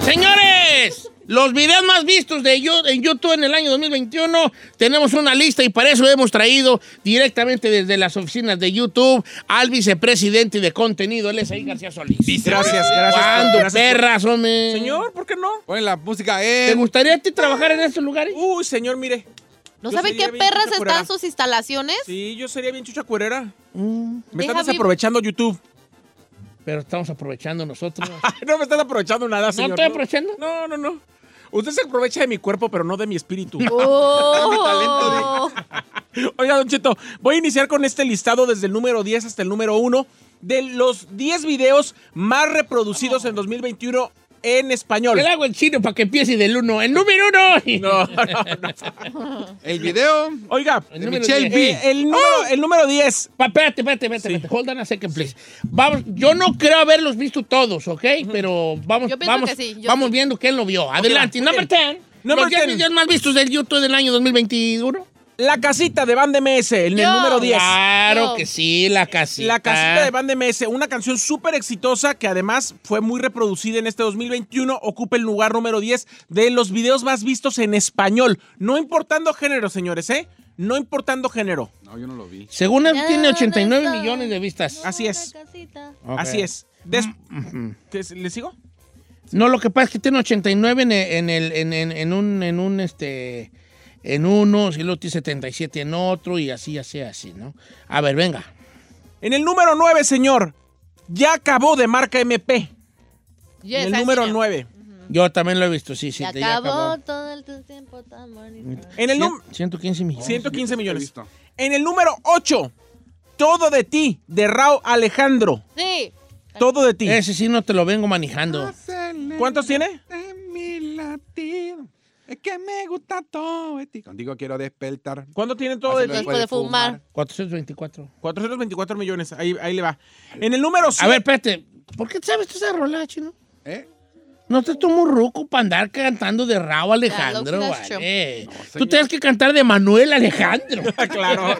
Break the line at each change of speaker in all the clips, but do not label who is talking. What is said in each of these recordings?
Señores, los videos más vistos de yo- en YouTube en el año 2021, tenemos una lista y para eso hemos traído directamente desde las oficinas de YouTube al vicepresidente de contenido, él es ahí García Solís.
Gracias, gracias.
¿Cuándo,
gracias por-
perras, hombre?
Señor, ¿por qué no?
Ponen la música,
¿Te
eh.
gustaría a ti trabajar en estos lugares?
Uy, señor, mire.
¿No
Yo
sabe
sería
qué
bien
perras
chucha
están
curera.
sus instalaciones?
Sí, yo sería bien chucha cuerera. Me
Deja
están
vivo.
desaprovechando YouTube.
Pero estamos aprovechando nosotros.
no me están aprovechando nada,
¿No
señor.
estoy aprovechando?
No, no, no. Usted se aprovecha de mi cuerpo, pero no de mi espíritu.
¡Oh!
Oiga, Don Cheto, voy a iniciar con este listado desde el número 10 hasta el número 1 de los 10 videos más reproducidos en 2021 en español.
Le hago el chino para que empiece del uno. ¡El número uno!
No, no, no.
El video.
Oiga,
El número
Michelle
diez.
B.
eh, el, número, el número 10.
Pa- espérate, espérate, espérate, espérate. Hold on a second, please. Vamos, yo no creo haberlos visto todos, ¿ok? Pero vamos,
Yo pienso
vamos,
que sí, yo
vamos
sí.
viendo quién lo vio. Adelante.
va,
Number
ok.
10.
Number
los 10
10.
videos más vistos del YouTube del año 2021.
La casita de Band MS, en el
Yo.
número 10.
Claro
No.
que sí, la casita.
La casita de Band MS, una canción súper exitosa que además fue muy reproducida en este 2021, ocupa el lugar número 10 de los videos más vistos en español, no importando género, señores, ¿eh? No importando género.
No, yo no lo vi.
Según él,
Ya
tiene 89
no está.
millones de vistas.
Así es.
Ok.
Así es. Des- ¿Qué es? ¿Le sigo?
No, lo que pasa es que tiene 89 en, e- en el, en, en- en un, en un, este, en uno, y luego tiene 77 en otro, y así, así, así, ¿no? A ver, venga.
En el número 9, señor. Ya acabó de marca MP.
Yes,
en el
así
número
es.
9.
Yo también lo he visto, sí, sí.
Se
te- ya
acabó, todo el tu tiempo tan bonito.
En el, num-
Cien- 115 millones.
115 millones.
visto.
En el número 8. Todo de ti, de Rao Alejandro.
Sí.
Todo de ti.
Ese sí no te lo vengo manejando.
¿Cuántos tiene?
En mi latido. Es que me gusta todo de ti. Contigo quiero despertar.
¿Cuánto tiene todo de
Hacerlo
ti?
después. de fumar.
424.
424 millones. Ahí, ahí le va. En el número 7.
A ver, espérate. ¿Por qué sabes tú esa rola, chino?
¿Eh?
No te tomo ruco para andar cantando de Raúl Alejandro,
lo que has
vale. Tú
señor.
tienes que cantar de Manuel Alejandro.
claro.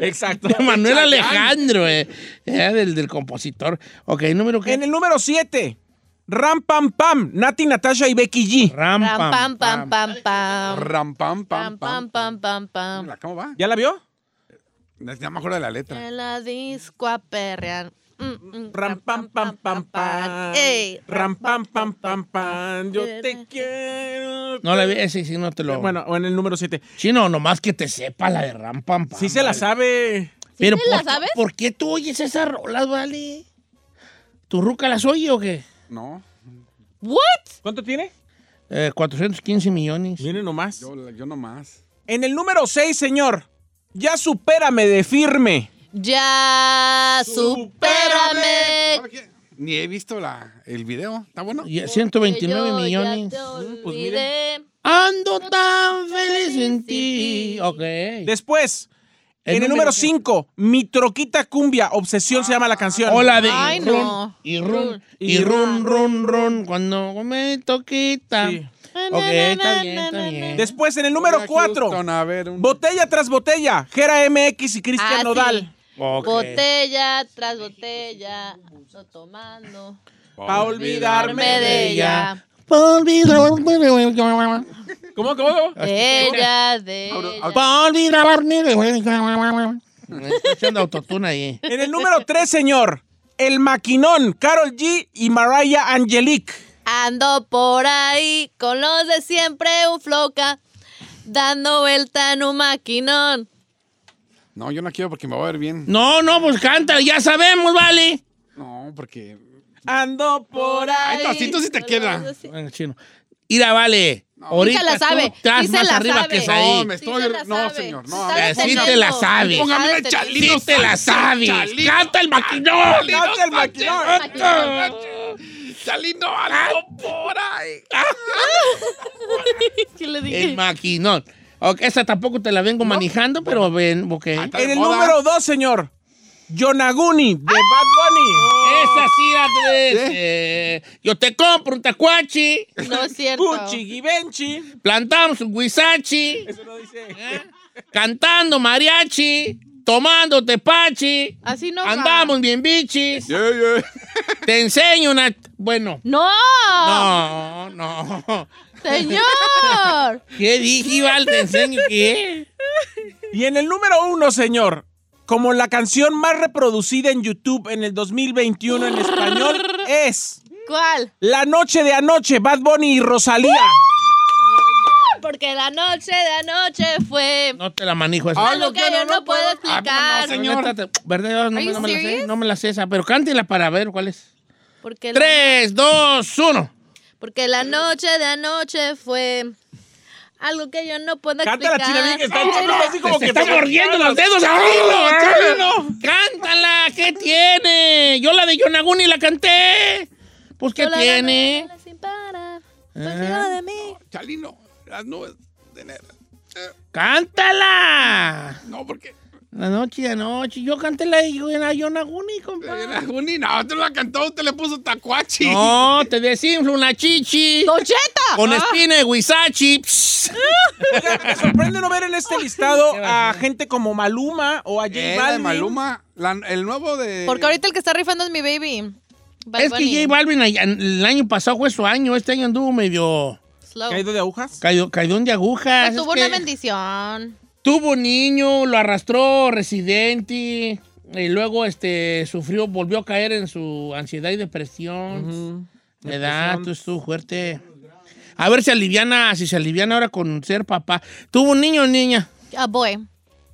Exacto.
De Manuel Alejandro, eh, Eh, del, del compositor. Ok, número que.
En el número 7. Ram Pam Pam. Nati, Natasha y Becky G.
Ram,
Ram, pam, pam, pam, pam.
Ram, pam,
Pam,
pam,
pam,
pam.
pam, pam, pam.
Mira, ¿Cómo va?
¿Ya la vio?
Ya me acuerdo de la letra.
En la disco a perrear. Mm, mm.
Ram pam pam pam pam.
Ey.
Ram pam pam pam pam. Yo te quiero.
No la vi, ese sí no te lo.
Bueno, o en el número 7.
Chino, nomás que te sepa la de Ram Pam Pam.
Sí se la
vale.
sabe.
Pero
te la
¿por, qué-
sabes?
¿Por qué tú oyes esas rolas, vale? ¿Tu ruca las oye o qué?
No,
What?
¿Cuánto tiene?
Eh, 415 millones.
Viene nomás.
yo, yo nomás.
En el número 6, señor. Ya supérame de firme.
Ya, supérame.
Ni he visto la, el video. ¿Está bueno?
Y- 129
Yo ya
millones.
te
Pues
olvidé.
Ando tan feliz en ti. Ok.
Después, en el número 5, Mi Troquita Cumbia, Obsesión se llama la canción.
Ah, Hola de
Ay,
y
no.
run, y run, y
Y
run, run, run, cuando me toquita.
Sí.
Ok, está bien, está bien.
Después, en el número
Mira,
4,
Houston, a ver, un-
Botella tras Botella, Gera MX y Cristian
Ah,
Nodal.
sí.
Ok.
Botella tras botella, ando tomando.
Pa' olvidarme
de ella.
Pa' olvidarme de ella.
¿Cómo, cómo? cómo?
Ella de ella.
Pa' olvidarme de ella. Está echando autotune ahí.
En el número 3, señor, El Maquinón, Carol G y Mariah Angelique.
Ando por ahí con los de siempre, un floca, dando vuelta en un maquinón.
No, yo no quiero porque me va a ver bien.
No, no, pues canta, ya sabemos, vale.
No, porque.
Ando por
Por
ahí.
ahí.
Tacito, sí te
con
queda.
los de sie-
Bueno, chino. Ira, vale. Ahorita
Sí se la sabe,
tú estás
sí se
más
la
arriba
sabe.
que
No,
ahí.
me
Sí se
estoy.
la
No,
sabe.
señor.
Sí
No,
sabe
a ver,
Sí
tener-
te la sabes.
Póngame una
sabe tener-
chalino.
Sí te la sabes.
Chalino.
Canta el maquinón.
Canta el maquinón.
Chalino,
Ah.
algo por ahí.
¿Qué le
El
dije?
maquinón. Ok, esa tampoco te la vengo manejando, pero ven, ok.
Ah, está
En
de
el
moda.
número 2, señor, Yonaguni de Bad Bunny.
Oh.
Esa sí, Andrés. eh, yo te compro un tacuachi,
No es cierto.
Gucci, Givenchy.
plantamos un guisachi,
Eso no dice.
cantando mariachi. tomándote pachi.
Así no va.
Andamos bien bichis.
Yeah, yeah.
Te enseño una... Bueno.
¡No!
No, no.
¡Señor!
¿Qué dije, Iván? ¿Te enseño qué?
Y en el número uno, señor, como la canción más reproducida en YouTube en el 2021 en español es
¿Cuál?
La Noche de Anoche, Bad Bunny y Rosalía.
Porque la noche de anoche fue
No te la manijo esa.
algo que yo no puedo
Ah,
explicar.
no, señor. Neta, te- ¿Verdad? No,
Are
me-
you
no me la sé.
serious?
No me la sé esa. Pero cántela para ver cuál es.
Porque la-
Tres, dos, uno.
Porque la noche de anoche fue algo que yo no puedo
Cántala,
explicar.
China, bien que está chino, así como que
Se está
se-
mordiendo los dedos. Cántala, ¿qué tiene? Yo la de Yonaguni la canté. Pues, ¿qué
Yo la
tiene? Ah,
gano sin parar, Pues, contigo de mí.
Chalino, las nubes de negra. Eh,
¡Cántala!
no, porque.
La noche, la noche. Yo canté la de Yona- Yonaguni, compadre.
La Juni, no, te la cantó, usted le puso tacuachi.
No, te desinflo una chichi.
¡Docheta!
Con espina de huizachi. Pss.
Me sorprende no ver en este listado
Qué
a
barbaridad.
gente como Maluma o a J
Eh, la de
Balvin.
Maluma, la- el nuevo de.
Porque ahorita el que está rifando es mi baby. Bad
Es que
Bunny.
J Balvin ay- el año pasado fue su año. Este año anduvo medio...
Slow.
¿Caído de agujas?
Cayó, caidón de agujas.
Pues
es
tuvo
que
una bendición.
tuvo niño, lo arrastró residente y luego este sufrió, volvió a caer en su ansiedad y depresión. Edad,
Depresión.
tú estuvo fuerte. A ver si aliviana, si se aliviana ahora con ser papá. Tuvo un niño o niña.
A Ah, boy.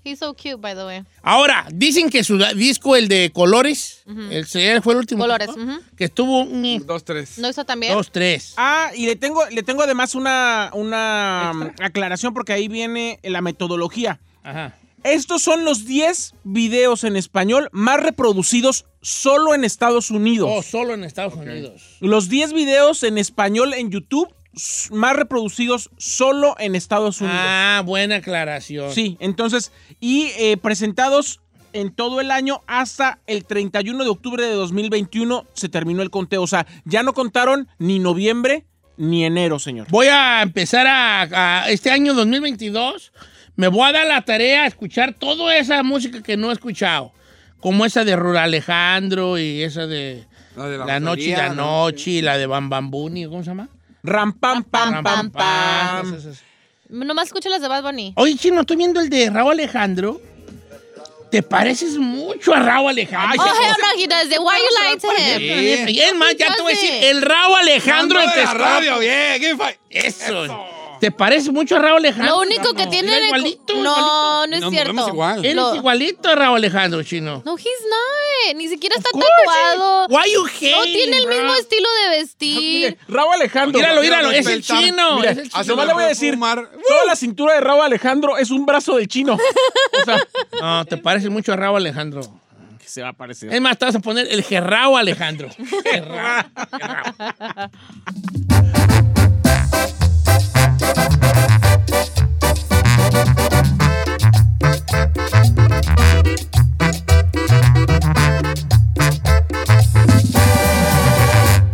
He's so cute, by the way.
Ahora, dicen que su da- disco, el de Colores, el se- fue el último.
Colores,
disco,
ujú.
Que estuvo un,
¿Este Dos, tres.
¿No hizo también?
dos, tres.
Ah, y le tengo, le tengo además una, una um, aclaración porque ahí viene la metodología.
Ajá.
Estos son los 10 videos en español más reproducidos solo en Estados Unidos.
Oh, solo en Estados Unidos.
Los 10 videos en español en YouTube s- más reproducidos solo en Estados Unidos.
Ah, buena aclaración.
Sí, entonces, y eh, presentados en todo el año hasta el 31 de octubre de 2021 se terminó el conteo. O sea, ya no contaron ni noviembre ni enero, señor.
Voy a empezar a, a- este año 2022. Me voy a dar la tarea a escuchar toda esa música que no he escuchado. Como esa de Rural Alejandro y esa de
La de
La,
la
Noche y la
Rosalía, ¿no?
Noche y la de Bam Bam Bunny, ¿cómo se llama?
Ram, pam, pam,
Ram,
pam,
pam,
pam.
esas, esas.
Nomás escucha las de Bad Bunny.
Oye, chino, estoy viendo el de Raúl Alejandro. Te pareces mucho a Raúl Alejandro.
Oh, hell no, he does it. Why you lying to him?
Sí, y es más, ya te voy a decir, el Raúl Alejandro
Ando
el
de la
Texcoco.
radio, bien, ¿qué fue?
Eso. ¿Te pareces mucho a Raúl Alejandro?
Lo único que
Mira,
tiene... de-
igualito, igualito.
no, no es
Nos
cierto.
movemos igual.
Eres
Lo-
igualito a Raúl Alejandro, chino.
No, he's not. Ni siquiera está
Of course,
tatuado.
eh. Why you hate
No tiene el
bro? Ah,
mismo estilo de vestir.
Mire, Raúl Alejandro.
Míralo,
Mira,
míralo, es el
Despertar.
chino.
mira,
es el
a
chino.
su mamá le voy a decir,
Fumar.
toda la cintura de Raúl Alejandro es un brazo del chino. O sea,
No, te parece mucho a Raúl Alejandro.
que se va a parecer.
Es más, te vas a poner el Gerrao Alejandro. Gerrao, Gerrao.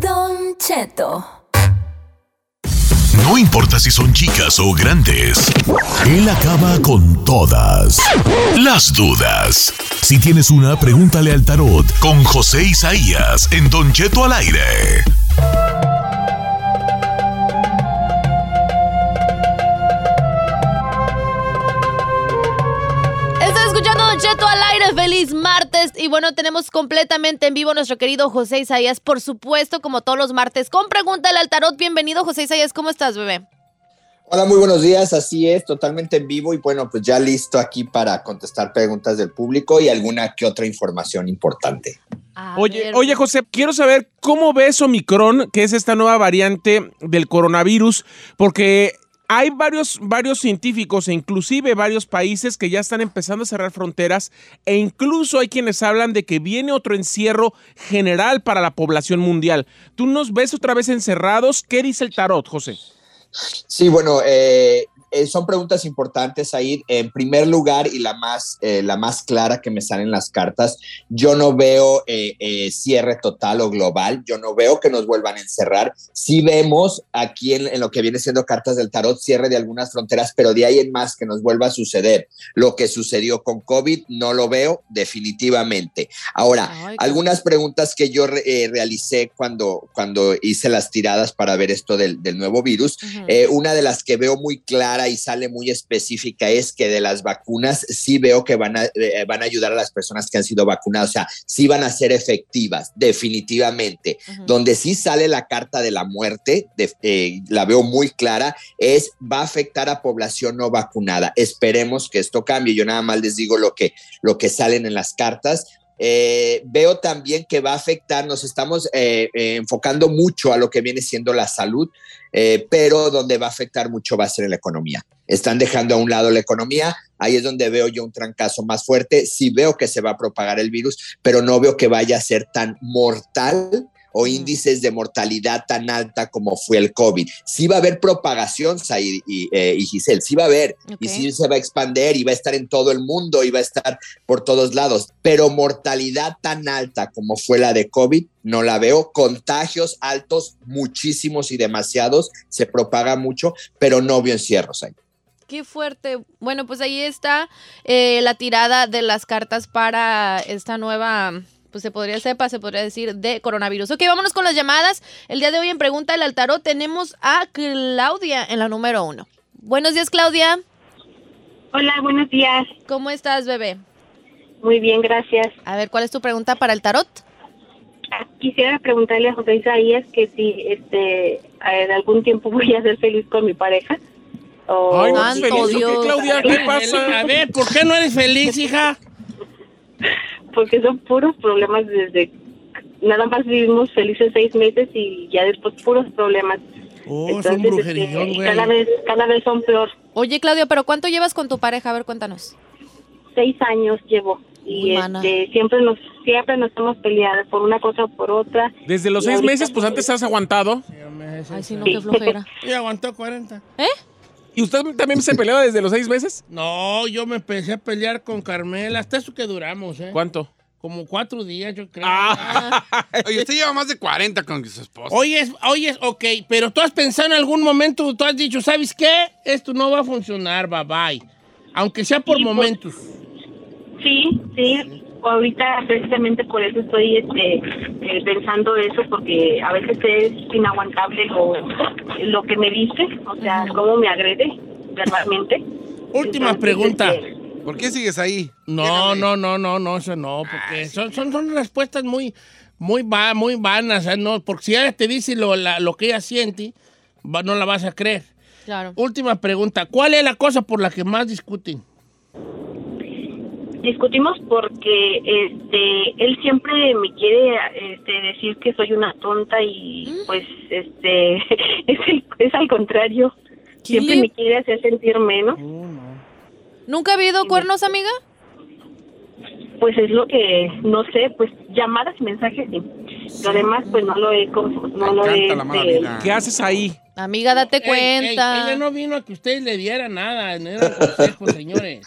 Don Cheto.
No importa si son chicas o grandes, él acaba con todas las dudas. Si tienes una, pregúntale al tarot con José Isaías en Don Cheto al aire.
Estás escuchando Don Cheto al aire. Feliz martes. Y bueno, tenemos completamente en vivo a nuestro querido José Isaías, por supuesto, como todos los martes, con Pregúntale al Tarot. Bienvenido, José Isaías. ¿Cómo estás, bebé?
Hola, muy buenos días. Así es, totalmente en vivo y bueno, pues ya listo aquí para contestar preguntas del público y alguna que otra información importante.
A
Oye,
ver.
oye, José, quiero saber cómo ves Omicron, que es esta nueva variante del coronavirus, porque hay varios, varios científicos e inclusive varios países que ya están empezando a cerrar fronteras e incluso hay quienes hablan de que viene otro encierro general para la población mundial. ¿Tú nos ves otra vez encerrados? ¿Qué dice el tarot, José?
Sí, bueno, eh, eh, son preguntas importantes ahí. En primer lugar, y la más, eh, la más clara que me salen las cartas, yo no veo eh, eh, cierre total o global, yo no veo que nos vuelvan a encerrar. Sí vemos aquí en, en lo que viene siendo cartas del tarot cierre de algunas fronteras, pero de ahí en más que nos vuelva a suceder. Lo que sucedió con COVID no lo veo definitivamente. Ahora,
Ay, qué-
algunas preguntas que yo re- eh, realicé cuando, cuando hice las tiradas para ver esto del, del nuevo virus,
Ujú.
eh, una de las que veo muy clara y sale muy específica es que de las vacunas sí veo que van a, eh, van a ayudar a las personas que han sido vacunadas, o sea, sí van a ser efectivas, definitivamente.
Ujú.
Donde sí sale la carta de la muerte, de- eh, la veo muy clara, es va a afectar a población no vacunada. Esperemos que esto cambie. Yo nada más les digo lo que, lo que salen en las cartas. Eh, veo también que va a afectar, nos estamos eh, eh, enfocando mucho a lo que viene siendo la salud, eh, pero donde va a afectar mucho va a ser en la economía. Están dejando a un lado la economía, ahí es donde veo yo un trancazo más fuerte. Sí veo que se va a propagar el virus, pero no veo que vaya a ser tan mortal o
Mm.
índices de mortalidad tan alta como fue el COVID. Sí va a haber propagación, Said y, eh, y Giselle, sí va a haber, y
Ok.
sí se va a expander y va a estar en todo el mundo y va a estar por todos lados, pero mortalidad tan alta como fue la de COVID, no la veo. Contagios altos, muchísimos y demasiados, se propaga mucho, pero no veo encierros ahí.
Qué fuerte. Bueno, pues ahí está eh, la tirada de las cartas para esta nueva, pues se podría sepa, se podría decir, de coronavirus. Ok, vámonos con las llamadas. El día de hoy en Pregunta del Altaro tenemos a Claudia en la número uno. Buenos días, Claudia.
Hola, buenos días.
¿Cómo estás, bebé?
Muy bien, gracias.
A ver, ¿cuál es tu pregunta para el tarot?
Ah, Quisiera preguntarle a José Isaías que si este, en algún tiempo voy a ser feliz con mi pareja. O
Ay, no
Oh, Santo
eres feliz, ¿o qué,
Dios.
Claudia? ¿Qué
A
pasa?
ver, ¿por qué no eres feliz, hija?
Porque son puros problemas desde... Nada más vivimos felices seis meses y ya después puros problemas.
Oh, es un
Entonces,
brujerillón,
este,
güey.
cada, vez, cada vez son peor.
Oye, Claudia, ¿pero cuánto llevas con tu pareja? A ver, cuéntanos.
Seis años llevo. Y
Uy, mana.
este, siempre nos siempre nos hemos peleado por una cosa o por otra.
Desde los
Y
seis
ahorita-
meses, pues antes has aguantado.
Ay, sí, no, qué flojera.
Y aguantó 40.
¿Y usted también se peleaba desde los seis meses?
No, yo me empecé a pelear con Carmela. Hasta eso que duramos, ¿eh?
¿Cuánto? Ah.
Como cuatro días, yo creo.
Oye, usted lleva más de 40 con su esposa.
Hoy es, hoy es, ok, pero tú has pensado en algún momento, tú has dicho, ¿sabes qué? Esto no va a funcionar, bye bye. Aunque sea por
Sí, pues,
momentos.
Sí, sí. Ahorita precisamente por eso estoy este, eh, pensando eso, porque a veces es inaguantable lo, lo que me dice, o sea, cómo me agrede verbalmente.
Última
Entonces,
pregunta.
este,
¿Por qué sigues ahí? Ah,
No, no, no, no, no, eso no, porque son, son, son respuestas muy, muy, va, muy vanas, ¿eh? no, porque si ella te dice lo, la- lo que ella siente, va- no la vas a creer.
Claro.
Última pregunta, ¿cuál es la cosa por la que más discuten?
discutimos porque este él siempre me quiere este, decir que soy una tonta y pues este es, el- es al contrario. Siempre
¿Qué?
me quiere hacer sentir menos.
¿Nunca ha habido cuernos, amiga?
Pues es lo que, no sé, pues llamadas y mensajes, sí. Lo demás, pues no lo he... confo- No
Me
lo he
encanta la mala
este,
vida.
¿Qué haces ahí?
Amiga, date
Ey, ey,
cuenta.
ella no vino a que ustedes le dieran nada, no era consejo, señores.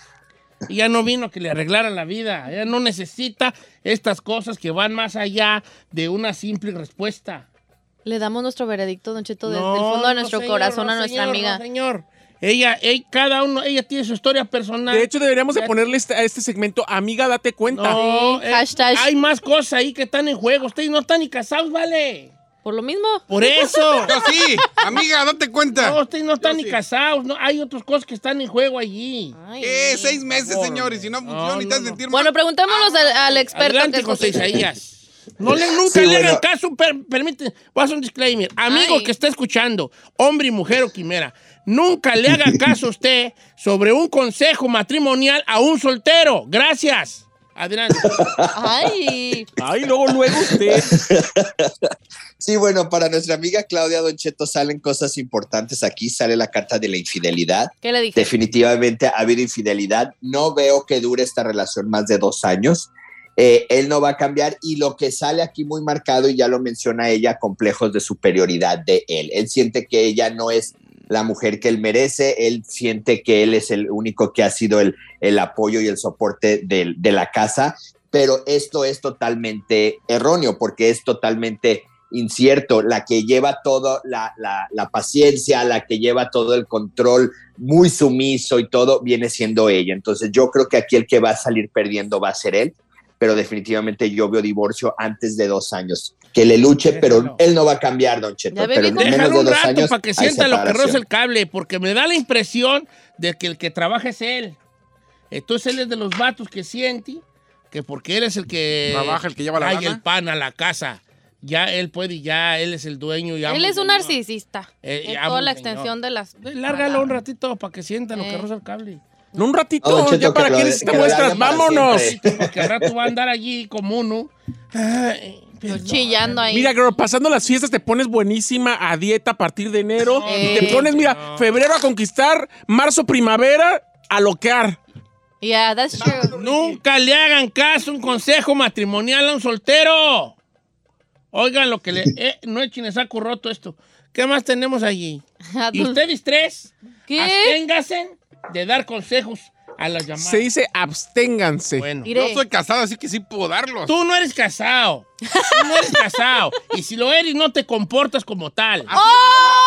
Ella no vino a que le arreglaran la vida. Ella no necesita estas cosas que van más allá de una simple respuesta.
Le damos nuestro veredicto, Don Cheto, desde
No,
el fondo de
no,
nuestro
señor,
corazón
no,
a nuestra
señor,
amiga.
no, señor. Ella, ey, cada uno, ella tiene su historia personal.
De hecho, deberíamos de
Ya-
ponerle este- a este segmento, amiga, date cuenta.
no,
Sí,
eh,
hashtag.
hay más cosas ahí que están en juego. Ustedes no están ni casados, ¿vale?
Por lo mismo.
Por eso.
Yo sí, amiga, date cuenta.
no, ustedes no están
Yo
ni
sí.
casados. No, hay otras cosas que están en juego allí.
Ay.
Eh, seis meses,
favor,
señores, si no
no,
funciona ni
no,
te has
no.
sentir mal.
Bueno, preguntémonos al, al experto. que
Adelante,
es
José
José.
Isaías. No le, nunca
Sí,
le hagan
bueno.
caso, per- permite, voy a hacer un disclaimer. Amigo
Ay.
que está escuchando, hombre y mujer o quimera, nunca le haga caso a usted sobre un consejo matrimonial a un soltero. Gracias. Adelante.
Ay.
Ay, luego, luego usted.
Sí, bueno, para nuestra amiga Claudia Doncheto salen cosas importantes aquí, sale la carta de la infidelidad.
¿Qué le dije?
Definitivamente ha habido infidelidad. No veo que dure esta relación más de dos años. Eh, él no va a cambiar y lo que sale aquí muy marcado, y ya lo menciona ella, complejos de superioridad de él. Él siente que ella no es la mujer que él merece, él siente que él es el único que ha sido el, el apoyo y el soporte del- de la casa, pero esto es totalmente erróneo porque es totalmente incierto, la que lleva toda la, la- la paciencia, la que lleva todo el control muy sumiso y todo, viene siendo ella. Entonces yo creo que aquí el que va a salir perdiendo va a ser él, pero definitivamente yo veo divorcio antes de dos años. Que le luche, pero él no va a cambiar, Don Cheto.
Ya ve,
Pero en
viejo.
menos
Déjalo
de
un
dos
rato
años
para que
hay
sienta lo que
separación.
roza el cable, porque me da la impresión de que el que trabaja es él. Entonces él es de los vatos que siente que porque él es el que
Trabaja, el que lleva la
trae
lana.
el pan a la casa. Ya él puede, ya él es el dueño. Ya
Él es un
narcisista.
narcisista.
Eh,
en
amo
toda
al
la
Señor. Eh,
extensión de las.
Lárgalo un ratito para que sienta lo que
Eh.
roza el cable.
No, un ratito,
No, Oh, Don Cheto,
ya para
que lo-
qué necesitas
que lo
muestras.
hagan para
¡Vámonos!
siempre.
Porque al rato va a andar allí como uno. Ay, pues perdón.
Chillando ahí.
Mira, girl, pasando las fiestas te pones buenísima a dieta a partir de enero.
No,
y te
no,
pones, mira,
no.
febrero a conquistar, marzo primavera a loquear.
Yeah, that's true.
Nunca le hagan caso un consejo matrimonial a un soltero. Oigan lo que le... eh, no echen el saco roto esto. ¿Qué más tenemos allí? Y ustedes tres,
¿Qué?
absténganse de dar consejos a las llamadas.
Se dice absténganse.
Bueno.
Iré.
Yo soy casado, así que sí puedo darlos.
Tú no eres casado. Tú no eres casado. Y si lo eres, no te comportas como tal.
Ah,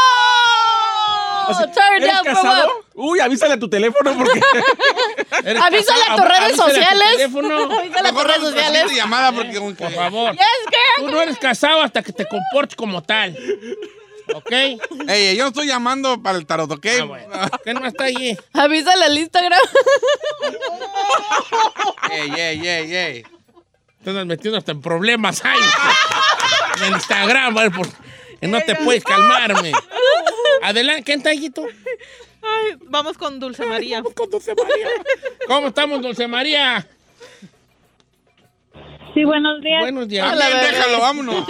Ah.
¡Oh!
Así,
Turn
¿Eres
down for
casado?
what?
Uy, avísale a tu teléfono porque
Eres
Avísale
casado.
a tus
Av-
redes
avísale a tu
sociales.
teléfono.
Avísale a tus
hago
redes
la siguiente
sociales.
llamada porque como que-
Por favor.
Yes, girl.
Tú no eres casado hasta que te comportes como tal. ¿Ok?
Ey, yo no estoy llamando para el tarot, ¿ok?
Ah, bueno. ¿Qué no está allí?
Avísale al Instagram.
Ey, ey, ey, ey.
Estás metiendo hasta en problemas ay. en el Instagram, ¿vale? Por- que no te puedes calmarme. Adelante, ¿qué está allí tú?
Ay, vamos con Dulce María.
¿Cómo estamos, Dulce María?
Sí, buenos días.
Buenos días.
Hola, bebé.
Déjalo, vámonos.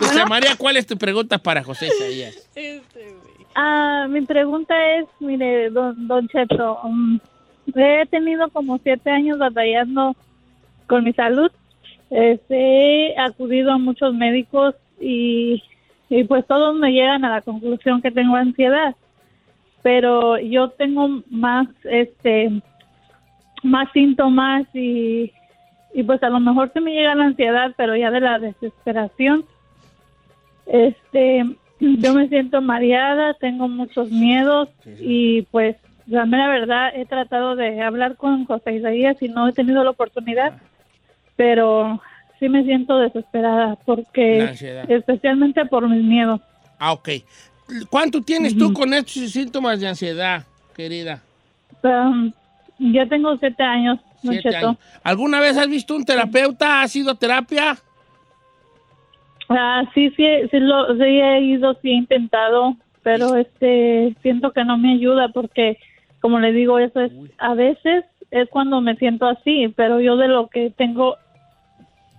Dulce María, ¿cuál es tu pregunta para José Isaías?
Ah, mi pregunta es, mire, don, don Cheto, um, he tenido como siete años batallando con mi salud. Este, he acudido a muchos médicos y, y pues todos me llegan a la conclusión que tengo ansiedad. Pero yo tengo más, este, más síntomas y, y pues a lo mejor se me llega la ansiedad, pero ya de la desesperación. Este, yo me siento mareada, tengo muchos miedos y pues la mera verdad he tratado de hablar con José Isaías y no he tenido la
Ah.
oportunidad, pero sí me siento desesperada
La
porque
ansiedad.
especialmente por mis miedos.
Ah, ok. ¿Cuánto tienes tú con estos síntomas de ansiedad, querida?
Um, yo tengo siete años, Don
Siete
Cheto.
años. ¿Alguna vez has visto un terapeuta? ¿Has ido a terapia?
Ah, sí, sí, sí, lo, sí he ido, sí he intentado, pero este siento que no me ayuda porque, como le digo, eso es a veces es cuando me siento así, pero yo de lo que tengo,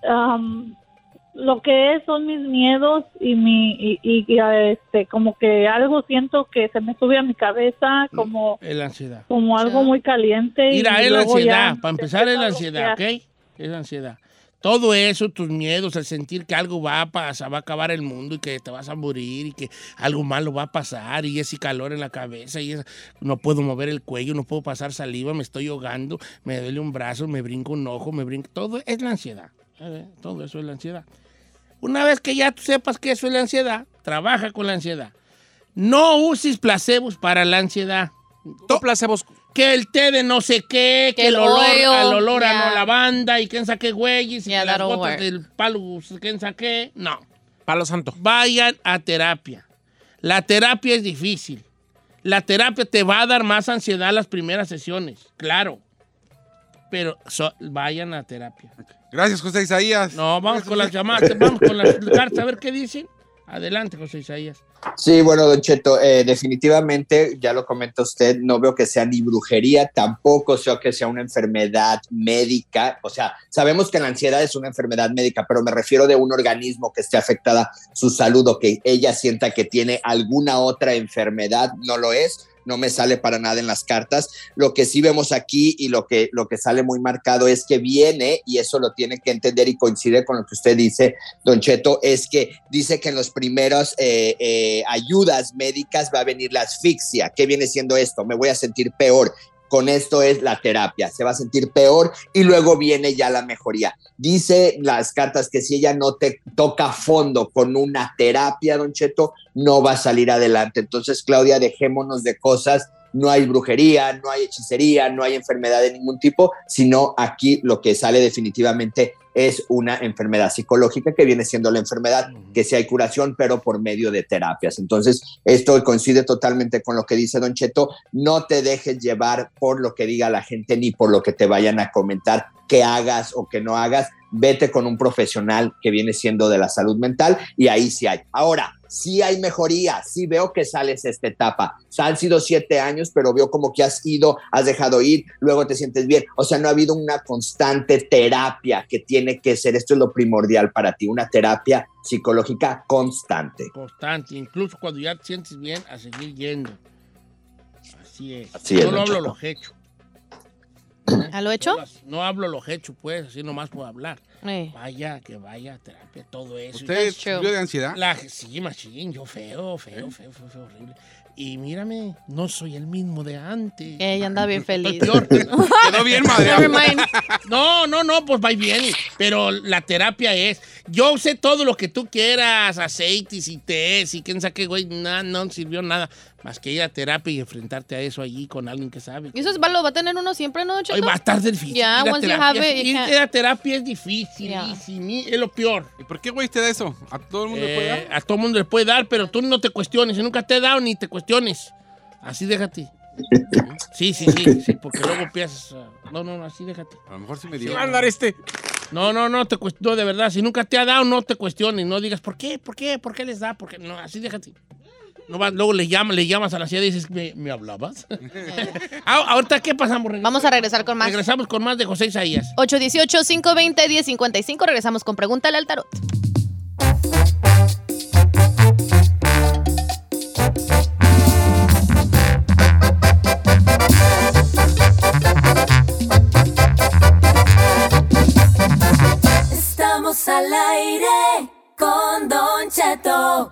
am, lo que es son mis miedos y mi y, y- y, ah, este como que algo siento que se me sube a mi cabeza como
Es la ansiedad.
como algo muy caliente. y
Mm. Mira, es la
luego ya
ansiedad. Para empezar, es la
empiezo a
ansiedad, ¿ok?
bloquear.
Es la ansiedad. Todo eso, tus miedos, el sentir que algo va a pasar, va a acabar el mundo y que te vas a morir y que algo malo va a pasar y ese calor en la cabeza y esa- no puedo mover el cuello, no puedo pasar saliva, me estoy ahogando, me duele un brazo, me brinco un ojo, me brinco... Todo es la ansiedad. ¿eh? Todo eso es la ansiedad. Una vez que ya tú sepas que eso es la ansiedad, trabaja con la ansiedad. No uses placebos para la ansiedad
todo placebos.
que el té de no sé qué, que,
Que
el
el
olor,
oil,
al olor a
yeah.
no lavanda y quién saque güeyes y
Yeah,
que las
that'll
gotas
work.
del palo pues, quién saque. No,
Palo santo.
vayan a terapia. La terapia es difícil. La terapia te va a dar más ansiedad las primeras sesiones, claro. Pero so- vayan a terapia.
Gracias, José Isaías.
No, vamos con las llamadas, vamos con las cartas a ver qué dicen. Adelante, José Isaías.
Sí, bueno, Don Cheto, eh, definitivamente, ya lo comenta usted, no veo que sea ni brujería, tampoco sea que sea una enfermedad médica. O sea, sabemos que la ansiedad es una enfermedad médica, pero me refiero de un organismo que esté afectada su salud o que ella sienta que tiene alguna otra enfermedad, no lo es. no me sale para nada en las cartas. Lo que sí vemos aquí y lo que, lo que sale muy marcado es que viene, y eso lo tiene que entender y coincide con lo que usted dice, don Cheto, es que dice que en los primeros eh, eh, ayudas médicas va a venir la asfixia. ¿Qué viene siendo esto? Me voy a sentir peor con esto es la terapia, se va a sentir peor y luego viene ya la mejoría. Dice las cartas que si ella no te toca fondo con una terapia, don Cheto, no va a salir adelante. Entonces, Claudia, dejémonos de cosas, no hay brujería, no hay hechicería, no hay enfermedad de ningún tipo, sino aquí lo que sale definitivamente es una enfermedad psicológica que viene siendo la enfermedad, que si hay curación, pero por medio de terapias. Entonces, esto coincide totalmente con lo que dice Don Cheto, no te dejes llevar por lo que diga la gente ni por lo que te vayan a comentar que hagas o que no hagas, vete con un profesional que viene siendo de la salud mental y ahí sí hay. Ahora, sí hay mejoría, sí veo que sales esta etapa. O sea, han sido siete años, pero veo como que has ido, has dejado ir, luego te sientes bien. O sea, no ha habido una constante terapia que tiene que ser, esto es lo primordial para ti, una terapia psicológica constante.
Constante, incluso cuando ya te sientes bien, a seguir yendo. Así es.
Así
Yo
es,
no
don
hablo
Cheto.
los hechos.
¿A ¿Ah, lo hecho?
No las- No hablo los hechos, pues, así nomás puedo hablar.
Eh.
Vaya, que vaya, terapia, todo eso.
¿Usted
That's true.
sufrió de ansiedad? ¿Eh?
La, sí, machín, yo feo, feo, feo, feo, feo, horrible. Y mírame, no soy el mismo de antes.
Ella anda bien
Estoy
feliz.
peor.
Quedó bien, madre.
Never mind.
No, no, no, pues va y viene. Pero la terapia es, yo sé todo lo que tú quieras, aceites y tés y quién sabe qué, güey, nada, no sirvió nada. Más que ir a terapia y enfrentarte a eso allí con alguien que sabe.
¿Y eso es- lo va a tener uno siempre, no,
Hoy
Cheto?
va a estar difícil.
Ya,
ir, a
once you
terapia,
have it,
es-
you
ir
can't-
a terapia es difícil,
Ya.
y- y- es lo peor.
¿Y por qué, güey, te da eso? ¿A todo el mundo le puede
Eh,
dar?
a todo mundo le puede dar, pero tú no te cuestiones. y Nunca te he dado ni te cuestiones. Así déjate. Sí, sí, sí, sí, porque luego empiezas. a- No, no, no, así déjate.
A lo mejor sí me dio.
Va a andar este.
No, no, no, te cuest- no, de verdad. Si nunca te ha dado, no te cuestiones. No digas, ¿por qué? ¿Por qué? ¿Por qué les da? Porque no, así déjate. No vas- luego le llamas, le llamas a la ciudad y dices, ¿me, me hablabas? Ah, Ahorita, ¿qué pasamos? Regresamos-
Vamos a regresar con más.
Regresamos con más de José Isaías.
818-520-1055. Regresamos con Pregúntale al Tarot.
Estamos al aire con Don Cheto.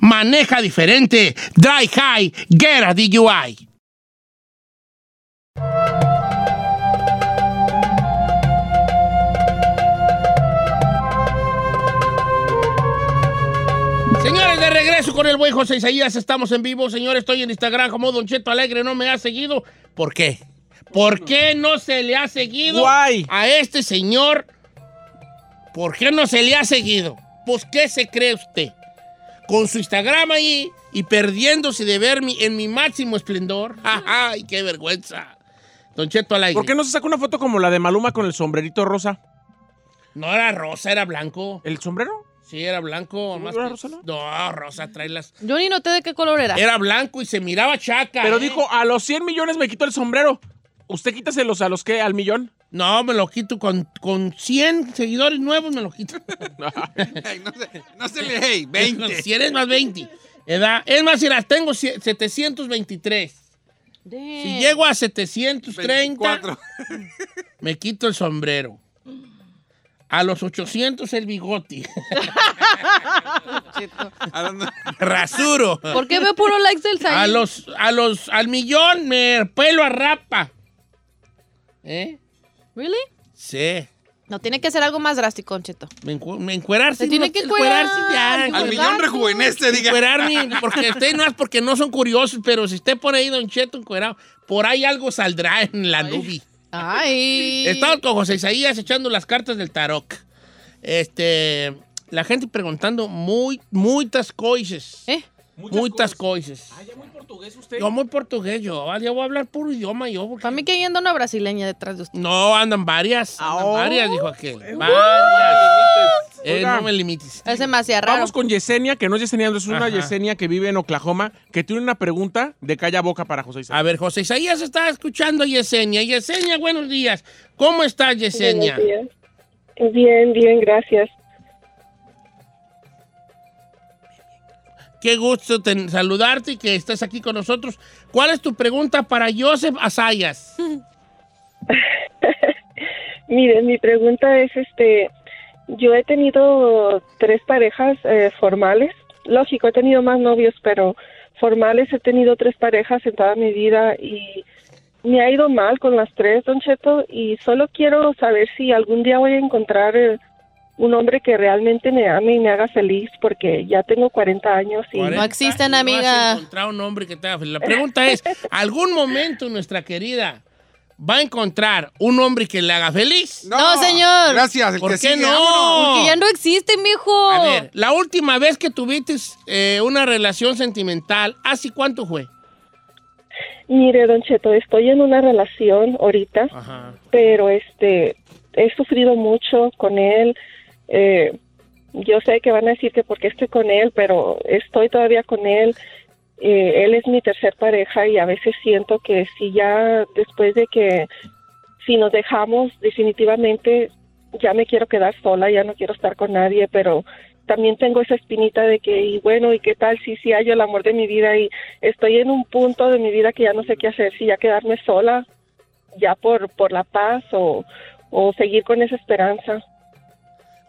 maneja diferente. Drive high, get a DUI. Señores, de regreso con el buen José Isaías, estamos en vivo. Señor, estoy en Instagram como Don Cheto Alegre, no me ha seguido. ¿Por qué? ¿Por qué no se le ha seguido
Guay.
a este señor? ¿Por qué no se le ha seguido? Pues, ¿qué se cree usted? Con su Instagram ahí y perdiéndose de ver mi- en mi máximo esplendor. ¡Ay, qué vergüenza! Don Cheto Alegre.
¿Por qué no se saca una foto como la de Maluma con el sombrerito rosa?
No era rosa, era blanco.
¿El sombrero?
Sí, era blanco.
¿No
más
era
que-
rosa, no?
No, rosa, trae las...
Yo ni noté de qué color era.
Era blanco y se miraba chaca.
Pero
¿eh?
dijo, a los 100 millones me quito el sombrero. ¿Usted quítaselos a los que al millón?
No, me lo quito con, con 100 seguidores nuevos, me lo quito.
Ey, no, se, no se le... Hey,
Con
20.
100 es más 20. ¿verdad? Es más, si las tengo sie- 723.
Damn.
Si llego a 730,
24.
me quito el sombrero. A los 800 el bigote.
¿A dónde?
Rasuro.
¿Por qué veo puro likes del
A
Saí?
los, a los, al millón me pelo a rapa. ¿Eh?
¿Really?
Sí.
No, tiene que ser algo más drástico, Cheto.
Me, encu- me encuerarse.
Se tiene que encuerar.
ya.
Al
Al millón rejuvenece, diga.
Encuerarme, porque usted no es porque no son curiosos, pero si usted pone ahí Don Cheto encuerado, por ahí algo saldrá en la nube.
Ay.
Estamos con José Isaías echando las cartas del tarot. Este, la gente preguntando muy, muchas cosas.
¿Eh?
Muchas, cosas.
Ah, ya muy portugués usted.
Yo muy portugués, yo. ah, Yo voy a hablar puro idioma, yo. porque-
Para mí que ahí anda una brasileña detrás de usted. Eh,
No, andan varias. andan
Ah, oh.
varias, dijo aquel.
uh.
Varias. Eh,
Oiga.
no me limites.
Es demasiado raro.
Vamos con Yesenia, que no es Yesenia, es una
Ajá.
Yesenia que vive en Oklahoma, que tiene una pregunta de calla boca para José Isaac.
A ver, José Isaías está escuchando a Yesenia. Yesenia, buenos días. ¿Cómo estás, Yesenia?
Bien, bien, gracias.
Qué gusto ten- saludarte y que estés aquí con nosotros. ¿Cuál es tu pregunta para Joseph Asayas?
Mire, mi pregunta es, este, yo he tenido tres parejas eh, formales. Lógico, he tenido más novios, pero formales he tenido tres parejas en toda mi vida y me ha ido mal con las tres, don Cheto, y solo quiero saber si algún día voy a encontrar eh, un hombre que realmente me ame y me haga feliz, porque ya tengo 40 años y...
Cuarenta
existen,
y no has
amiga.
encontrado un hombre que te haga feliz. La pregunta es, ¿algún momento nuestra querida va a encontrar un hombre que le haga feliz?
No, señor.
Gracias. el
¿Por
que
qué
sigue,
no?
vámonos.
Porque ya no existe, mijo.
A ver, la última vez que tuviste eh, una relación sentimental, ¿así cuánto fue?
Mire, don Cheto, estoy en una relación ahorita.
Ajá.
pero este he sufrido mucho con él eh, yo sé que van a decir que porque estoy con él pero estoy todavía con él Eh, él es mi tercer pareja y a veces siento que si ya después de que si nos dejamos definitivamente ya me quiero quedar sola ya no quiero estar con nadie pero también tengo esa espinita de que y bueno y qué tal si si hay el amor de mi vida y estoy en un punto de mi vida que ya no sé qué hacer si ya quedarme sola ya por, por la paz o, o seguir con esa esperanza.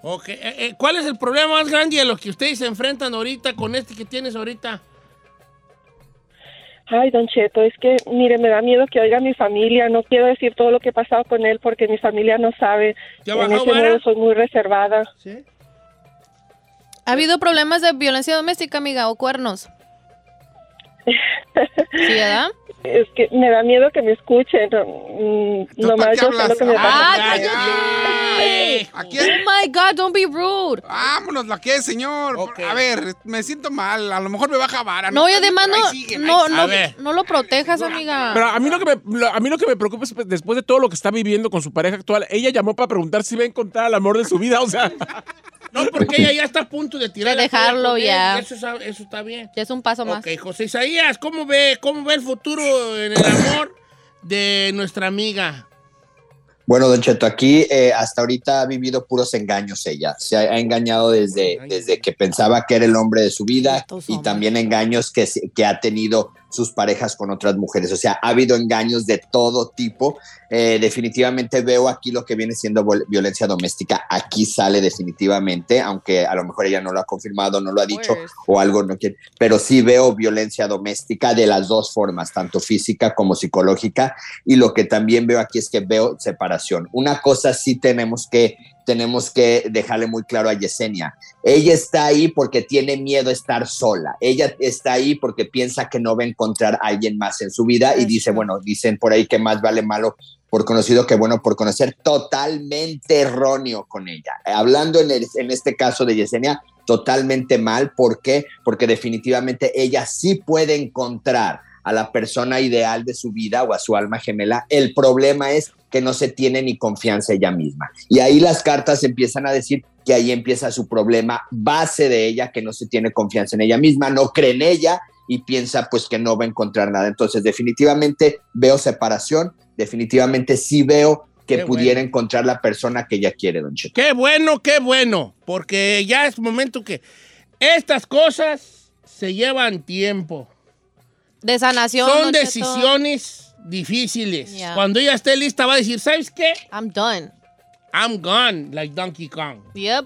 Ok, eh, eh, ¿Cuál es el problema más grande de los que ustedes se enfrentan ahorita con este que tienes ahorita?
Ay, don Cheto, es que, mire, me da miedo que oiga mi familia. No quiero decir todo lo que he pasado con él porque mi familia no sabe.
¿Ya
en
bajó
ese
vara?
modo soy muy reservada.
¿Sí?
¿Ha habido problemas de violencia doméstica, amiga, o cuernos? ¿Sí, verdad?
Es que me da miedo que me escuchen. No,
¿Tú para
nomás
qué
yo sé lo
hablas?
que me pasa.
Ah,
Ay,
cállate.
ay, hijo.
Aquí
Oh my God, don't be rude.
Vámonos, la que es, señor.
Ok.
A ver, me siento mal. A lo mejor me baja vara.
No, y además
Ahí
no,
sigue,
no,
ahí
A
no,
ver.
no lo protejas, amiga.
Pero a mí, lo que me, lo- a mí lo que me preocupa es pues, después de todo lo que está viviendo con su pareja actual, ella llamó para preguntar si va a encontrar el amor de su vida. O sea,
No, porque ella ya está a punto de tirar.
De
la toalla
dejarlo
con él,
ya.
y Eso, está- eso está bien.
Ya es un paso más.
Ok, José Isaías, ¿cómo ve, ¿cómo ve el futuro en el amor de nuestra amiga?
Bueno, Don Cheto, aquí eh, hasta ahorita ha vivido puros engaños ella. Se ha, ha engañado desde, desde que pensaba que era el hombre de su vida
Estos
y
hombres.
también engaños que, se- que ha tenido sus parejas con otras mujeres. O sea, ha habido engaños de todo tipo. Eh, definitivamente veo aquí lo que viene siendo vol- violencia doméstica. Aquí sale definitivamente, aunque a lo mejor ella no lo ha confirmado, no lo ha dicho
Pues.
o algo no quiere. Pero sí veo violencia doméstica de las dos formas, tanto física como psicológica y lo que también veo aquí es que veo separación. Una cosa sí tenemos que tenemos que dejarle muy claro a Yesenia. Ella está ahí porque tiene miedo a estar sola. Ella está ahí porque piensa que no va a encontrar a alguien más en su vida y dice, bueno, dicen por ahí que más vale malo por conocido que bueno por conocer. Totalmente erróneo con ella. Hablando en, el- en este caso de Yesenia, totalmente mal. ¿Por qué? Porque definitivamente ella sí puede encontrar a la persona ideal de su vida o a su alma gemela. El problema es que no se tiene ni confianza ella misma. Y ahí las cartas empiezan a decir que ahí empieza su problema base de ella, que no se tiene confianza en ella misma, no cree en ella y piensa pues que no va a encontrar nada. Entonces definitivamente veo separación, definitivamente sí veo que
Qué bueno.
pudiera encontrar la persona que ella quiere, don Cheto.
Qué bueno, qué bueno, porque ya es momento que estas cosas se llevan tiempo.
De sanación.
Son
Don Cheto.
decisiones difíciles.
Ya.
Cuando ella esté lista va a decir, ¿sabes qué?
I'm done.
I'm gone like Donkey Kong.
Yep.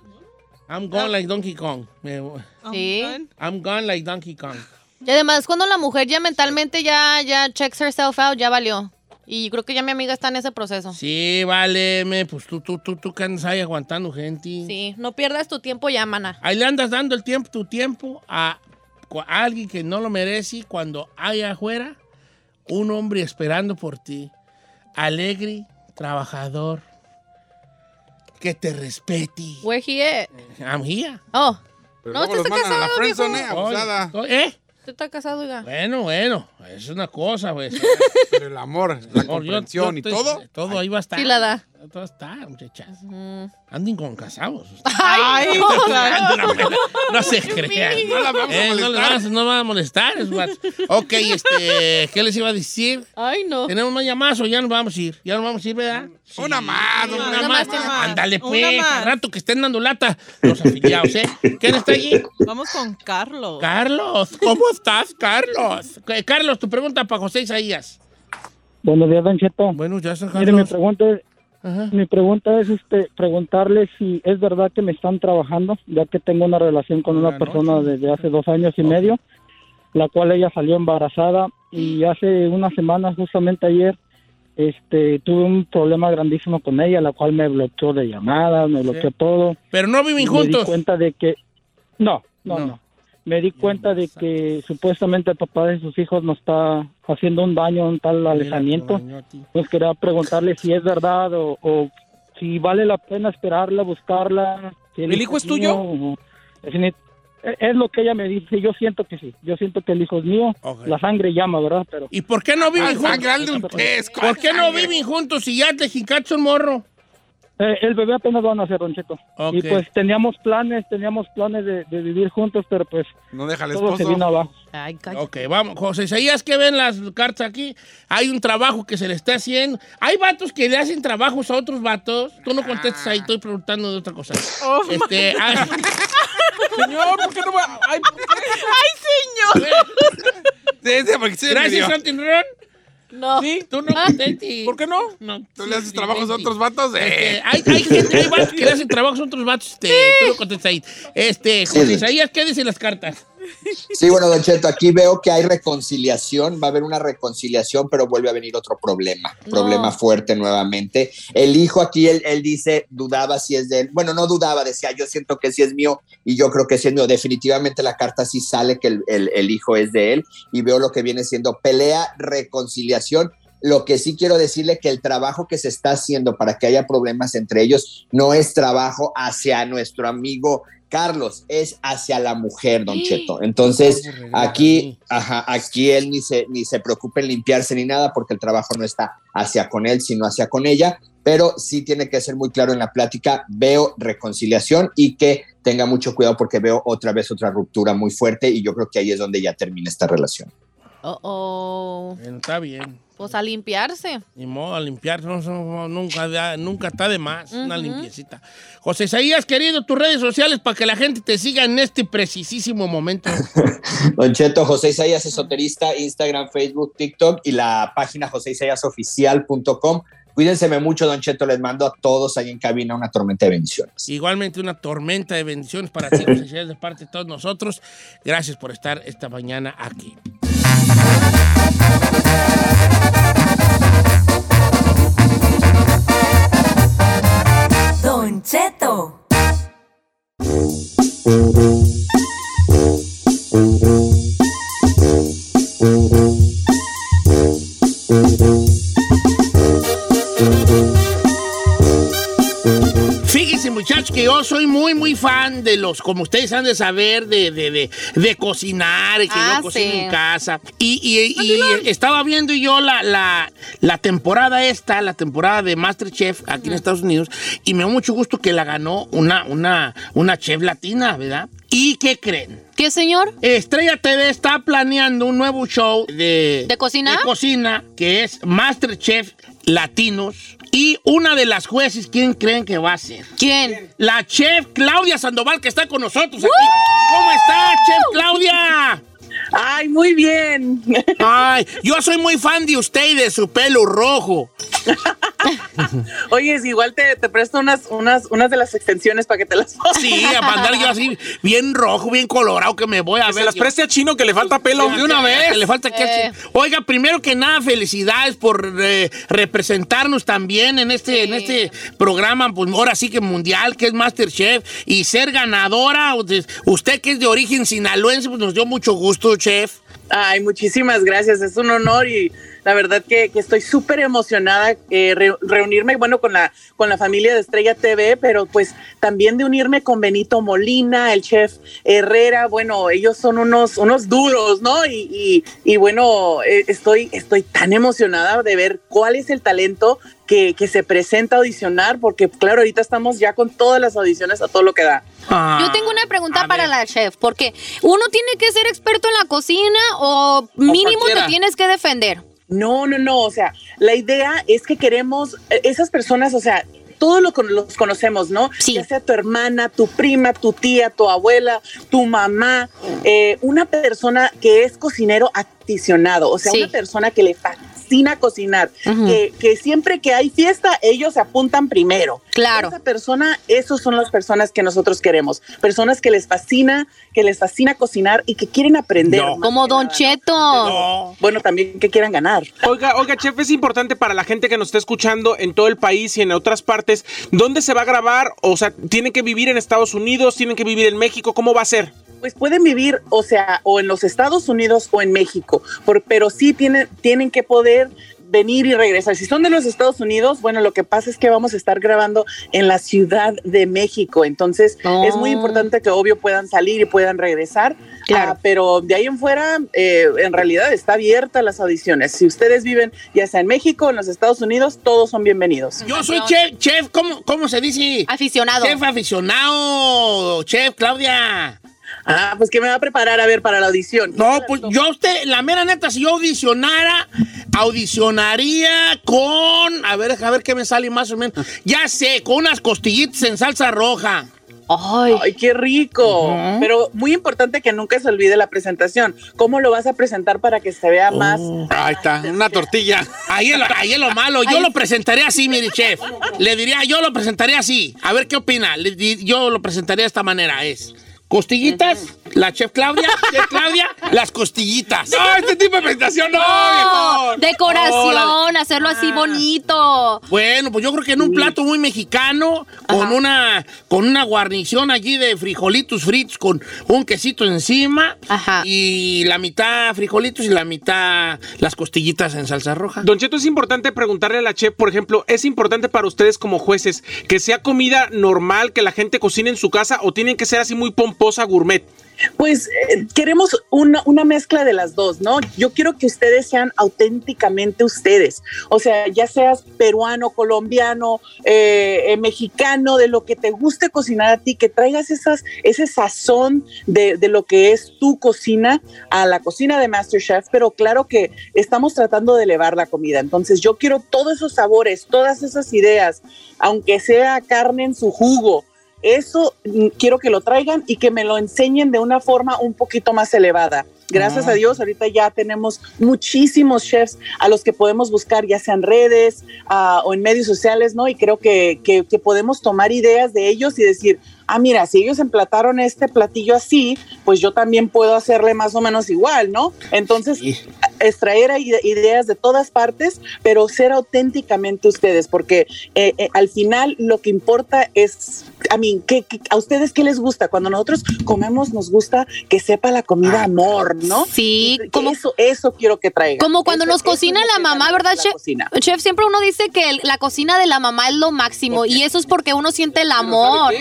I'm gone like Donkey Kong. Me voy.
Sí.
I'm gone like Donkey Kong.
Y además, cuando la mujer ya mentalmente ya, ya checks herself out, ya valió. Y creo que ya mi amiga está en ese proceso. Sí.
Sí, vale, me, pues tú, tú, tú, tú que andas ahí aguantando gente.
no pierdas tu tiempo ya, mana.
Ahí le andas dando el tiempo, tu tiempo a, cu- a alguien que no lo merece cuando hay afuera un hombre esperando por ti, alegre, trabajador, que te respete.
Where he at?
eh.
I'm here.
Oh, este
Pero
No,
luego
usted
los
está
mandan a la
casado,
friendzone,
mijo.
eh, abusada.
Oye, ¿Eh?
Usted está casado, oiga.
Bueno, bueno, es una cosa, pues.
Pero el amor, la
Amor, yo-
comprensión y
yo estoy-
todo.
Todo ahí va a estar.
Sí la da.
Todo va a estar, muchachas.
Mm.
Anden con casados. ustedes.
Ay,
no,
Ando la pela. No se crean.
No la vamos a
Eh, no les van a,
molestar.
no van a molestar. es guat. ok, este, ¿qué les iba a decir?
Ay, no.
Tenemos más llamadas o ya nos vamos a ir. Ya nos vamos a ir, ¿verdad?
Una más, una
una, más.
más, una
más.
Ándale,
Una
pues.
más.
al rato que estén dando lata los afiliados, ¿eh? ¿Quién está allí?
Vamos con Carlos.
Carlos. ¿Cómo estás, Carlos? Eh, Carlos, tu pregunta para José Isaías.
Buenos días, Don Cheto.
Bueno, ya está,
Mire, mi
Carlos.
pregunta es,
Ajá.
mi pregunta es este, preguntarle si es verdad que me están trabajando, ya que tengo una relación con una
Buenas
persona
noches.
desde hace dos años y
Ok.
medio, la cual ella salió embarazada y hace una semana, justamente ayer, este, tuve un problema grandísimo con ella, la cual me bloqueó de llamadas, me bloqueó todo.
Pero no viven
Y Me di
juntos.
cuenta de que... No, no,
No.
no. Me di cuenta de que supuestamente el papá de sus hijos nos está haciendo un daño, un tal alejamiento. Pues quería preguntarle si es verdad o, o si vale la pena esperarla, buscarla. si
¿El hijo es tuyo?
mío, o- definit- es, es lo que ella me dice. Yo siento que sí. Yo siento que el hijo es mío.
Ok.
La sangre llama, ¿verdad? Pero Ah,
¿Y por qué no viven
Al
juntos?
sangrarle un tesco.
¿Por qué no
Sangre.
viven juntos si ya te jicacho un morro?
eh, el bebé apenas va a nacer, Don Cheto.
Ok.
Y pues teníamos planes, teníamos planes de, de vivir juntos, pero pues
No deja al
todo se vino
esposo.
abajo.
Ay, cállate.
Ok, vamos, José Isaías, que ven las cartas aquí? Hay un trabajo que se le está haciendo. Hay vatos que le hacen trabajos a otros vatos. Tú no contestas ahí, estoy preguntando de otra cosa.
Oh, my-
este, ah,
Señor, ¿por qué no va? Ay, ¿por qué?
¡Ay, señor!
Sí, sí, porque sí, medio.
gracias, Santi Ron.
No.
Sí,
Tú no Ah, contestas.
¿Por qué no?
¿Tú le haces trabajos a otros vatos?
Este,
Eh.
hay, hay gente, hay vatos que le hacen trabajos a otros vatos. Este, Tú no contestas ahí. Este,
Sí,
José
sí.
Isaías, ¿qué dicen las cartas?
Sí, bueno, Don Cheto, aquí veo que hay reconciliación, va a haber una reconciliación, pero vuelve a venir otro problema,
No.
problema fuerte nuevamente. El hijo aquí, él, él dice, dudaba si es de él, bueno, no dudaba, decía, yo siento que sí es mío y yo creo que sí es mío. Definitivamente la carta sí sale que el, el- el hijo es de él y veo lo que viene siendo pelea, reconciliación. Lo que sí quiero decirle que el trabajo que se está haciendo para que haya problemas entre ellos no es trabajo hacia nuestro amigo Carlos, es hacia la mujer, Don Cheto. Entonces, Aquí, ajá, aquí él ni se, ni se preocupe en limpiarse ni nada porque el trabajo no está hacia con él, sino hacia con ella, pero sí tiene que ser muy claro en la plática, veo reconciliación y que tenga mucho cuidado porque veo otra vez otra ruptura muy fuerte y yo creo que ahí es donde ya termina esta relación.
Oh, oh.
Bueno, está bien.
Pues a limpiarse.
Ni modo, a limpiar, no, no, nunca, da- nunca está de más, una
Ujú.
limpiecita. José Isaías, querido, tus redes sociales para que la gente te siga en este precisísimo momento.
Don Cheto, José Isaías Esoterista, Instagram, Facebook, TikTok y la página joseisaiasoficial.com. Cuídense mucho, Don Cheto, les mando a todos ahí en cabina una tormenta de bendiciones.
Igualmente una tormenta de bendiciones para ti, José Isaías, de parte de todos nosotros. Gracias por estar esta mañana aquí.
Don Cheto.
Fíjense, muchachos, que yo soy muy, muy fan de los, como ustedes han de saber, de, de, de, de cocinar, que
Ah,
yo cocino
sí.
en casa. Y, y- y estaba viendo yo la, la, la temporada esta, la temporada de Masterchef aquí en Estados Unidos, y me dio mucho gusto que la ganó una, una, una chef latina, ¿verdad? ¿Y qué creen?
¿Qué, señor?
Estrella TV está planeando un nuevo show de,
¿De cocina?
de cocina, que es Masterchef Latinos. Y una de las jueces, ¿quién creen que va a ser?
¿Quién?
La chef Claudia Sandoval que está con nosotros aquí. ¿Cómo está, chef Claudia?
Ay, muy bien.
Ay, yo soy muy fan de usted y de su pelo rojo.
Oye, es igual te, te presto unas, unas, unas de las extensiones para que te las pongas.
Sí, a mandar yo así, bien rojo, bien colorado, que me voy a
Que se
ver.
las
yo.
preste a Chino que le falta pelo.
De una vez. Le falta que
Eh.
Oiga, primero que nada, felicidades por eh, representarnos también en este,
Sí.
en este programa, pues ahora sí que mundial, que es Masterchef, y ser ganadora. Usted que es de origen sinaloense, pues nos dio mucho gusto, chef.
Ay, muchísimas gracias. Es un honor y La verdad que, que estoy súper emocionada eh, re- reunirme, bueno, con la, con la familia de Estrella TV, pero pues también de unirme con Benito Molina, el chef Herrera. Bueno, ellos son unos, unos duros, ¿no? Y, y- y bueno, eh, estoy, estoy tan emocionada de ver cuál es el talento que, que se presenta a audicionar, porque claro, ahorita estamos ya con todas las audiciones a todo lo que da.
Ah.
Yo tengo una pregunta para la chef, porque uno tiene que ser experto en la cocina o mínimo te
cualquiera.
tienes que defender.
No, no, no. O sea, la idea es que queremos eh, esas personas, o sea, todos lo, con- los conocemos, ¿no? Ya sea tu hermana, tu prima, tu tía, tu abuela, tu mamá, eh, una persona que es cocinero aficionado, o sea,
Sí.
una persona que le fascina cocinar, que, que siempre que hay fiesta, ellos se apuntan primero.
Claro.
Esa persona, esos son las personas que nosotros queremos, personas que les fascina, que les fascina cocinar y que quieren aprender. más
Como
que
Don
nada, ¿no?
Cheto.
Bueno, también que quieran ganar.
Oiga, oiga, chef, es importante para la gente que nos está escuchando en todo el país y en otras partes, ¿dónde se va a grabar? O sea, ¿tienen que vivir en Estados Unidos? ¿Tienen que vivir en México? ¿Cómo va a ser?
Pues pueden vivir, o sea, o en los Estados Unidos o en México, por- pero sí tienen, tienen que poder venir y regresar. Si son de los Estados Unidos, bueno, lo que pasa es que vamos a estar grabando en la Ciudad de México, entonces es muy importante que obvio puedan salir y puedan regresar, claro. pero de ahí en fuera, eh, en realidad está abierta las audiciones. Si ustedes viven ya sea en México o en los Estados Unidos, todos son bienvenidos.
Yo soy chef, chef, ¿cómo, cómo se dice?
Aficionado.
Chef aficionado, chef Claudia.
Ah, pues que me va a preparar a ver para la audición.
No, pues yo a usted, la mera neta, si yo audicionara, audicionaría con, a ver, a ver qué me sale más o menos. Ya sé, con unas costillitas en salsa roja.
Ay,
qué rico. Pero muy importante que nunca se olvide la presentación. ¿Cómo lo vas a presentar para que se vea más?
Oh, Ahí está, una tortilla. Ahí es lo, ahí es lo malo. Yo lo presentaré así, mire, chef. Le diría, yo lo presentaré así. A ver qué opina. Le di- yo lo presentaré de esta manera. Es costillitas, la chef Claudia, chef Claudia, las costillitas. No, este tipo de presentación
No, decoración, hacerlo así bonito.
Bueno, pues yo creo que en un plato muy mexicano, con una, con una guarnición allí de frijolitos fritos, con un quesito encima, y la mitad frijolitos y la mitad las costillitas en salsa roja.
Don Cheto, es importante preguntarle a la chef, por ejemplo, ¿es importante para ustedes como jueces que sea comida normal, que la gente cocine en su casa o tienen que ser así muy pomposa gourmet?
Pues eh, queremos una, una mezcla de las dos, ¿no? Yo quiero que ustedes sean auténticamente ustedes. O sea, ya seas peruano, colombiano, eh, eh, mexicano, de lo que te guste cocinar a ti, que traigas esas, ese sazón de, de lo que es tu cocina a la cocina de MasterChef, pero claro que estamos tratando de elevar la comida. Entonces, yo quiero todos esos sabores, todas esas ideas, aunque sea carne en su jugo. Eso mm, quiero que lo traigan y que me lo enseñen de una forma un poquito más elevada. Gracias
Ah.
a Dios, ahorita ya tenemos muchísimos chefs a los que podemos buscar, ya sean redes ah, o en medios sociales, ¿no? Y creo que, que- que podemos tomar ideas de ellos y decir, ah, mira, si ellos emplataron este platillo así, pues yo también puedo hacerle más o menos igual, ¿no? Entonces, extraer ahí ideas de todas partes, pero ser auténticamente ustedes, porque eh, eh, al final lo que importa es, a mí, ¿qué- qué- ¿a ustedes qué les gusta? Cuando nosotros comemos, nos gusta que sepa la comida amor, ¿no?
Sí,
como eso, eso quiero que traigan.
Como cuando
Eso-
nos
eso es
cocina
lo
la
que
mamá,
ganamos
¿verdad,
la
chef?
cocina.
Chef, siempre uno dice que el- la cocina de la mamá es lo máximo y eso es porque uno siente el amor.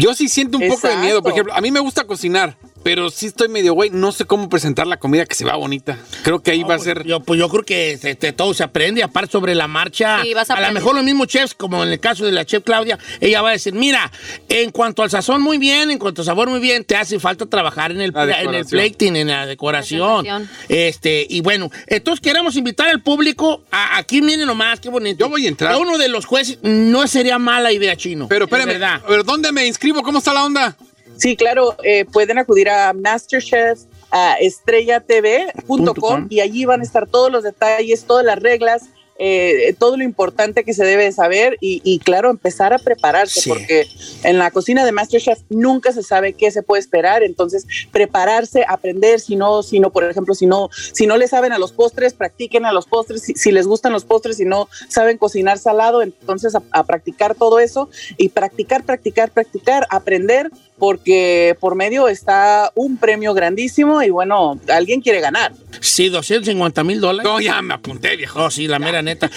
Yo sí siento un poco de miedo. Por ejemplo, a mí me gusta cocinar, pero sí estoy medio güey. No sé cómo presentar la comida que se va bonita. Creo que ahí va a ser.
Yo, pues yo creo que este, todo se aprende, aparte sobre la marcha.
Sí, vas
a lo
aprendiendo.
mejor los mismos chefs, como en el caso de la chef Claudia, ella va a decir, mira, en cuanto al sazón muy bien, en cuanto al sabor muy bien, te hace falta trabajar en el,
La
en el
decoración.
plating, en la decoración. Este, y bueno, entonces queremos invitar al público a, aquí, miren nomás, qué bonito. Yo voy a entrar. uno de los jueces no sería mala idea, Chino. Pero
espérame,
a ver, ¿dónde me inscribo? ¿Cómo está la onda?
Sí, claro, eh, pueden acudir a MasterChef a estrellatv.com y allí van a estar todos los detalles, todas las reglas, eh, eh, todo lo importante que se debe de saber y, y, claro, empezar a prepararse
Sí.
porque en la cocina de MasterChef nunca se sabe qué se puede esperar, entonces prepararse, aprender, si no, si no, por ejemplo, si no, si no le saben a los postres, practiquen a los postres, si, si les gustan los postres, si no saben cocinar salado, entonces a, a practicar todo eso y practicar, practicar, practicar, aprender porque por medio está un premio grandísimo y bueno, alguien quiere ganar.
Sí, 250 mil dólares.
No, ya me apunté, viejo.
Oh, sí, la mera neta.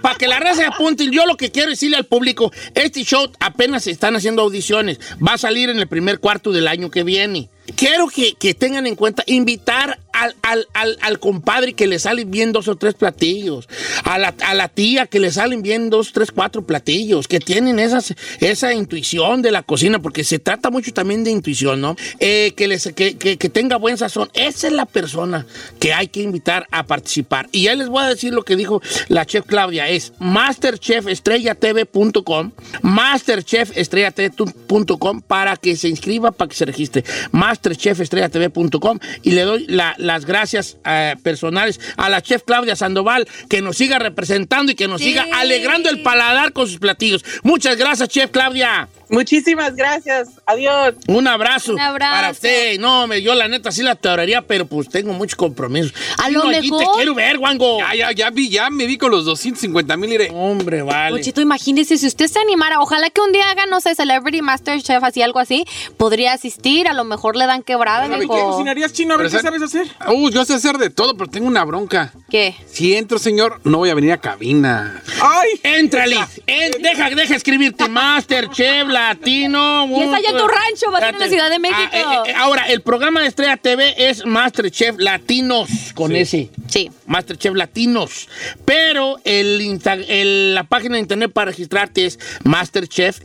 para que la raza se apunte, yo lo que quiero decirle al público, este show apenas se están haciendo audiciones, va a salir en el primer cuarto del año que viene. Quiero que, que tengan en cuenta invitar al, al- al- al compadre que le salen bien dos o tres platillos, a la, a la tía que le salen bien dos, tres, cuatro platillos, que tienen esas, esa intuición de la cocina, porque se trata mucho también de intuición, ¿no? Eh, que, les, que, que- que tenga buen sazón. Esa es la persona que hay que invitar a participar. Y ya les voy a decir lo que dijo la chef Claudia, es masterchefestrellatv.com, masterchefestrellatv.com para que se inscriba, para que se registre, masterchefestrellatv.com y le doy la- las gracias eh, personales a la chef Claudia Sandoval que nos siga representando y que nos
Sí.
siga alegrando el paladar con sus platillos. Muchas gracias, chef Claudia.
Muchísimas gracias. Adiós.
Un abrazo,
Un abrazo.
para usted. No, me, yo la neta sí la teorearía, pero pues tengo muchos compromisos.
A
Sí,
lo
no, allí
mejor-
te quiero ver, Wango.
Ya, ya, ya vi, ya me vi con los 250 mil iré.
Hombre, vale.
Pochito, imagínese, si usted se animara, ojalá que un día hagan, no sé, Celebrity Master Chef, así algo así, podría asistir, a lo mejor le dan quebrada.
¿Sabe
mijo.
qué? ¿Cocinarías chino? A ver, ¿qué sabes hacer? Uh, yo sé hacer de todo, pero tengo una bronca.
¿Qué?
Si entro, señor, no voy a venir a cabina.
¡Ay! Éntrale. En- deja, deja escribirte Master, Chef, Latino.
Y está allá en tu rancho, va a ser en la Ciudad de México.
Ah, eh, eh, ahora, el programa de Estrella TV es Masterchef Latinos, con ese.
Sí.
Masterchef Latinos. Pero el, insta- el- la página de internet para registrarte es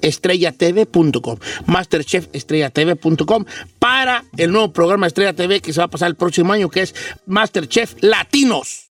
masterchefestrellatv.com. Masterchefestrellatv.com para el nuevo programa Estrella TV que se va a pasar el próximo año, que es Masterchef Latinos.